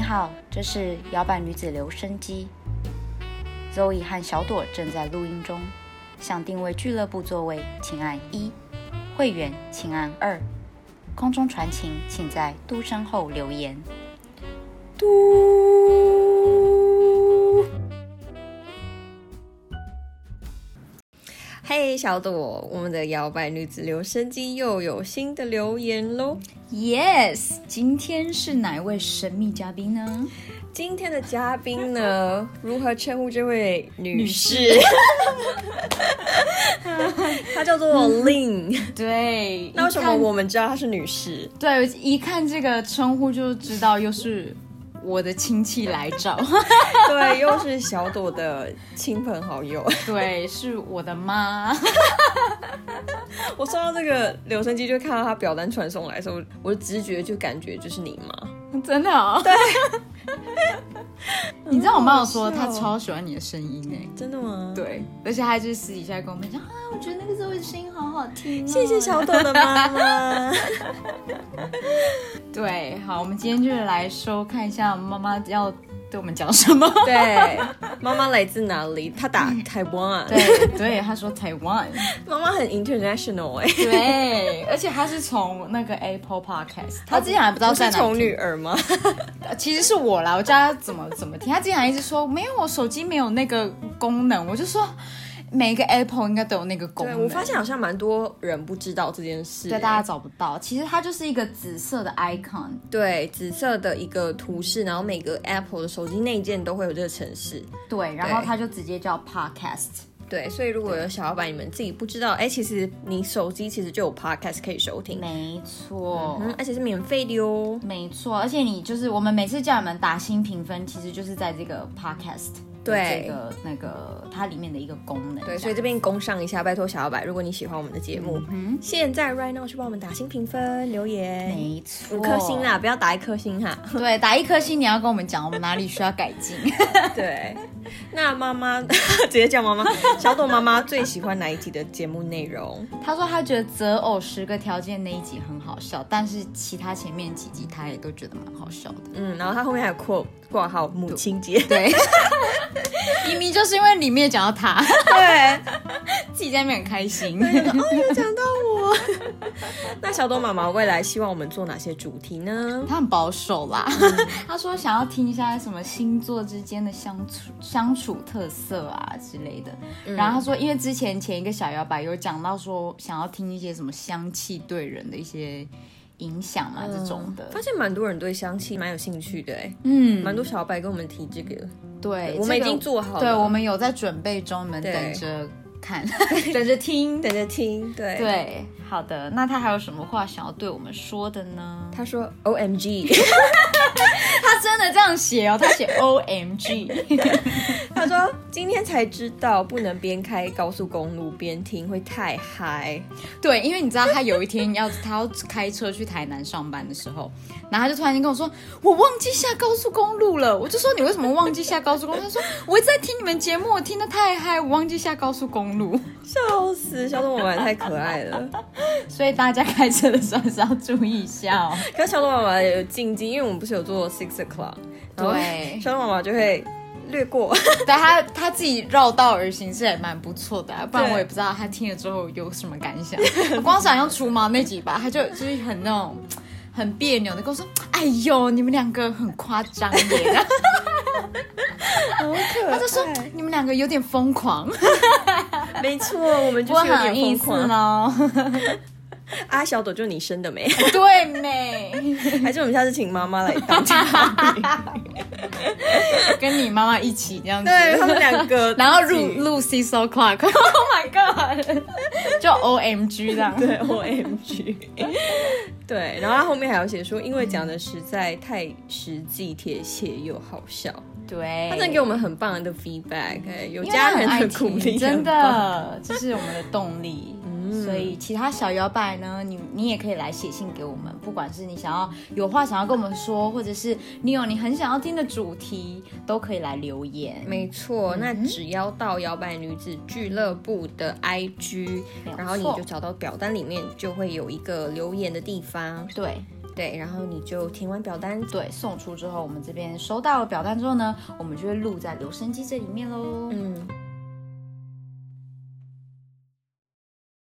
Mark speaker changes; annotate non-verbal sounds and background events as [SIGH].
Speaker 1: 好，这是摇摆女子留声机。Zoe 和小朵正在录音中。想定位俱乐部座位，请按一；会员，请按二。空中传情，请在嘟声后留言。
Speaker 2: 嘟。嘿，小朵，我们的摇摆女子留声机又有新的留言喽！
Speaker 1: Yes，今天是哪一位神秘嘉宾呢？
Speaker 2: 今天的嘉宾 [LAUGHS] 呢，如何称呼这位女士？ [LAUGHS] 她叫做 [LAUGHS] Lin。
Speaker 3: 对，
Speaker 2: 那为什么
Speaker 3: 一看
Speaker 2: 我们知道她是女士？
Speaker 3: 对一看这个称呼就知道又是我的亲戚来 [LAUGHS] 找？
Speaker 2: 对，又是小朵的亲朋好友。
Speaker 3: 对，是我的妈。
Speaker 2: [LAUGHS] 我收到这个留声机，就看到她表单传送来的时候，我的直觉就感觉就是你妈。
Speaker 3: [LAUGHS] 真的哦，对。 [LAUGHS] 你知道我妈有说
Speaker 2: 很好
Speaker 3: 她
Speaker 2: 笑
Speaker 3: 超喜欢你的声音哎，
Speaker 2: 真的吗？，
Speaker 3: 对，而且她就是私底下跟我们讲啊，我觉得那个时候的声音好好听、哦。
Speaker 2: 谢谢小。朵的妈妈。
Speaker 3: 对，好，我们今天就来收看一下妈妈要对我们讲什么。
Speaker 2: [LAUGHS] 对，妈妈来自哪里？她打台湾。
Speaker 3: [LAUGHS] [LAUGHS] 对对，她说台湾，
Speaker 2: 妈妈很 international 哎、
Speaker 3: 对， [LAUGHS] 哦而且她是从那个 Apple Podcast，她之前还不知道在
Speaker 2: 是
Speaker 3: 哪里
Speaker 2: 宠女儿吗？
Speaker 3: 呃其实是我啦，我教他怎么怎么听，他竟然一直说没有，我手机没有那个功能，我就说每一个 Apple 应该都有那个功
Speaker 2: 对，
Speaker 3: 能。
Speaker 2: 我发现好像蛮多人不知道这件事、
Speaker 3: 对大家找不到，其实它就是一个紫色的 icon，
Speaker 2: 对紫色的一个图示，然后每个 Apple 的手机内建都会有这个城市。
Speaker 3: 对，然后它就直接叫 podcast，
Speaker 2: 对，所以如果有小伙伴你们自己不知道，哎、其实你手机其实就有 podcast 可以收听，
Speaker 3: 没错。
Speaker 2: 嗯，而且是免费的哦。
Speaker 3: 没错，而且你就是我们每次叫你们打新评分，其实就是在这个 podcast 的
Speaker 2: 对
Speaker 3: 这个那个它里面的一个功能。
Speaker 2: 对，所以这边工上一下，拜托小伙伴，如果你喜欢我们的节目，现在 right now 去帮我们打新评分、留言，
Speaker 3: 嗯没错，
Speaker 2: 五颗星啊啦，不要打一颗星
Speaker 3: [LAUGHS]
Speaker 2: 哈。
Speaker 3: 对，打一颗星，你要跟我们讲我们哪里需要改进。
Speaker 2: 对， [LAUGHS] 那妈妈 [LAUGHS] 直接叫妈妈，小朵妈妈最喜欢哪一集的节目内容？
Speaker 3: 他说他觉得择偶十个条件那一集很好笑，但是其他前面几集他也都觉得蛮好笑的。
Speaker 2: 嗯，然后她后面还有括括号母亲节，
Speaker 3: 对， [LAUGHS] 明明就是因为里面讲到他，
Speaker 2: 对，
Speaker 3: [LAUGHS] 自己在那边很开心。
Speaker 2: 讲到我。 [LAUGHS] 那小朵妈妈未来希望我们做哪些主题呢？
Speaker 3: 他很保守啦，
Speaker 2: 嗯
Speaker 3: [LAUGHS] 他说想要听一下什么星座之间的相处相处特色啊之类的。
Speaker 2: 嗯
Speaker 3: 然后他说，因为之前前一个小摇摆有讲到说想要听一些什么香气对人的一些影响啊、这种的。
Speaker 2: 发现蛮多人对香气蛮有兴趣的哎，
Speaker 3: 嗯，
Speaker 2: 蛮多小伙伴跟我们提这个，
Speaker 3: 对，
Speaker 2: 我们已
Speaker 3: 这个
Speaker 2: 经做好了，
Speaker 3: 对，我们有在准备中，你们
Speaker 2: 对
Speaker 3: 等着 [LAUGHS] 看，等着听。
Speaker 2: 等着听。对，
Speaker 3: 对，好的。那他还有什么话想要对我们说的呢？
Speaker 2: 她说 O M G。
Speaker 3: 他真的这样写哦，他写 [LAUGHS] O M G。
Speaker 2: 他说：“今天才知道，不能边开高速公路边听，会太嗨。
Speaker 3: [LAUGHS] 对，因为你知道他有一天要他要开车去台南上班的时候，然后他就突然间跟我说：“我忘记下高速公路了。”我就说：“你为什么忘记下高速公路？”他说：“我一直在听你们节目，我听得太嗨，我忘记下高速公路。”
Speaker 2: 笑死，小董妈妈也太可爱了。
Speaker 3: 所以大家开车的时候还是要注意一下哦。
Speaker 2: 可是小董妈妈也有禁忌，因为我们不是有做 six o'clock，然后
Speaker 3: 对
Speaker 2: 小董妈妈就会略过。
Speaker 3: [LAUGHS] 但他他自己绕道而行是也蛮不错的、啊，不然
Speaker 2: 对
Speaker 3: 我也不知道他听了之后有什么感想。 [LAUGHS] 我光想要除毛那几把，他就就是很那种很别扭的跟我说：“哎呦，你们两个很夸张
Speaker 2: [LAUGHS]
Speaker 3: 耶。”然后
Speaker 2: 好可爱，
Speaker 3: 他就说：“你们两个有点疯狂，
Speaker 2: 没错，我们就是有
Speaker 3: 好
Speaker 2: 点
Speaker 3: 意
Speaker 2: 疯
Speaker 3: 思
Speaker 2: 狂。
Speaker 3: 哦。 [LAUGHS]
Speaker 2: 啊，小朵就你生的没？”
Speaker 3: 对美，
Speaker 2: [LAUGHS] 还是我们下次请妈妈来当嘉宾？
Speaker 3: 跟你妈妈一起这样
Speaker 2: [LAUGHS]
Speaker 3: 子。
Speaker 2: 对他们两 [LAUGHS] 个自己，
Speaker 3: 然后录录 C So [LAUGHS] Clark，Oh my God，就 O M G 这样。
Speaker 2: 对 O M G，对，然后他后面还有写说，因为讲的实在太实际、贴切又好笑，
Speaker 3: 对，
Speaker 2: 他真的给我们很棒的 feedback，、哎有
Speaker 3: 因为
Speaker 2: 家
Speaker 3: 他很爱
Speaker 2: 人的
Speaker 3: 听
Speaker 2: 鼓励，
Speaker 3: 真
Speaker 2: 很棒。嗯
Speaker 3: 的， [LAUGHS] 这是我们的动力。所以其他小摇摆呢，你你也可以来写信给我们，不管是你想要有话想要跟我们说，或者是你有你很想要听的主题，都可以来留言。
Speaker 2: 没
Speaker 3: 嗯
Speaker 2: 错，那只要到摇摆女子俱乐部的 IG，
Speaker 3: 没有
Speaker 2: 然后你
Speaker 3: 错
Speaker 2: 就找到表单里面就会有一个留言的地方。
Speaker 3: 对，
Speaker 2: 对，然后你就填完表单，
Speaker 3: 对，送出之后，我们这边收到了表单之后呢，我们就会录在留声机这里面喽。
Speaker 2: 嗯，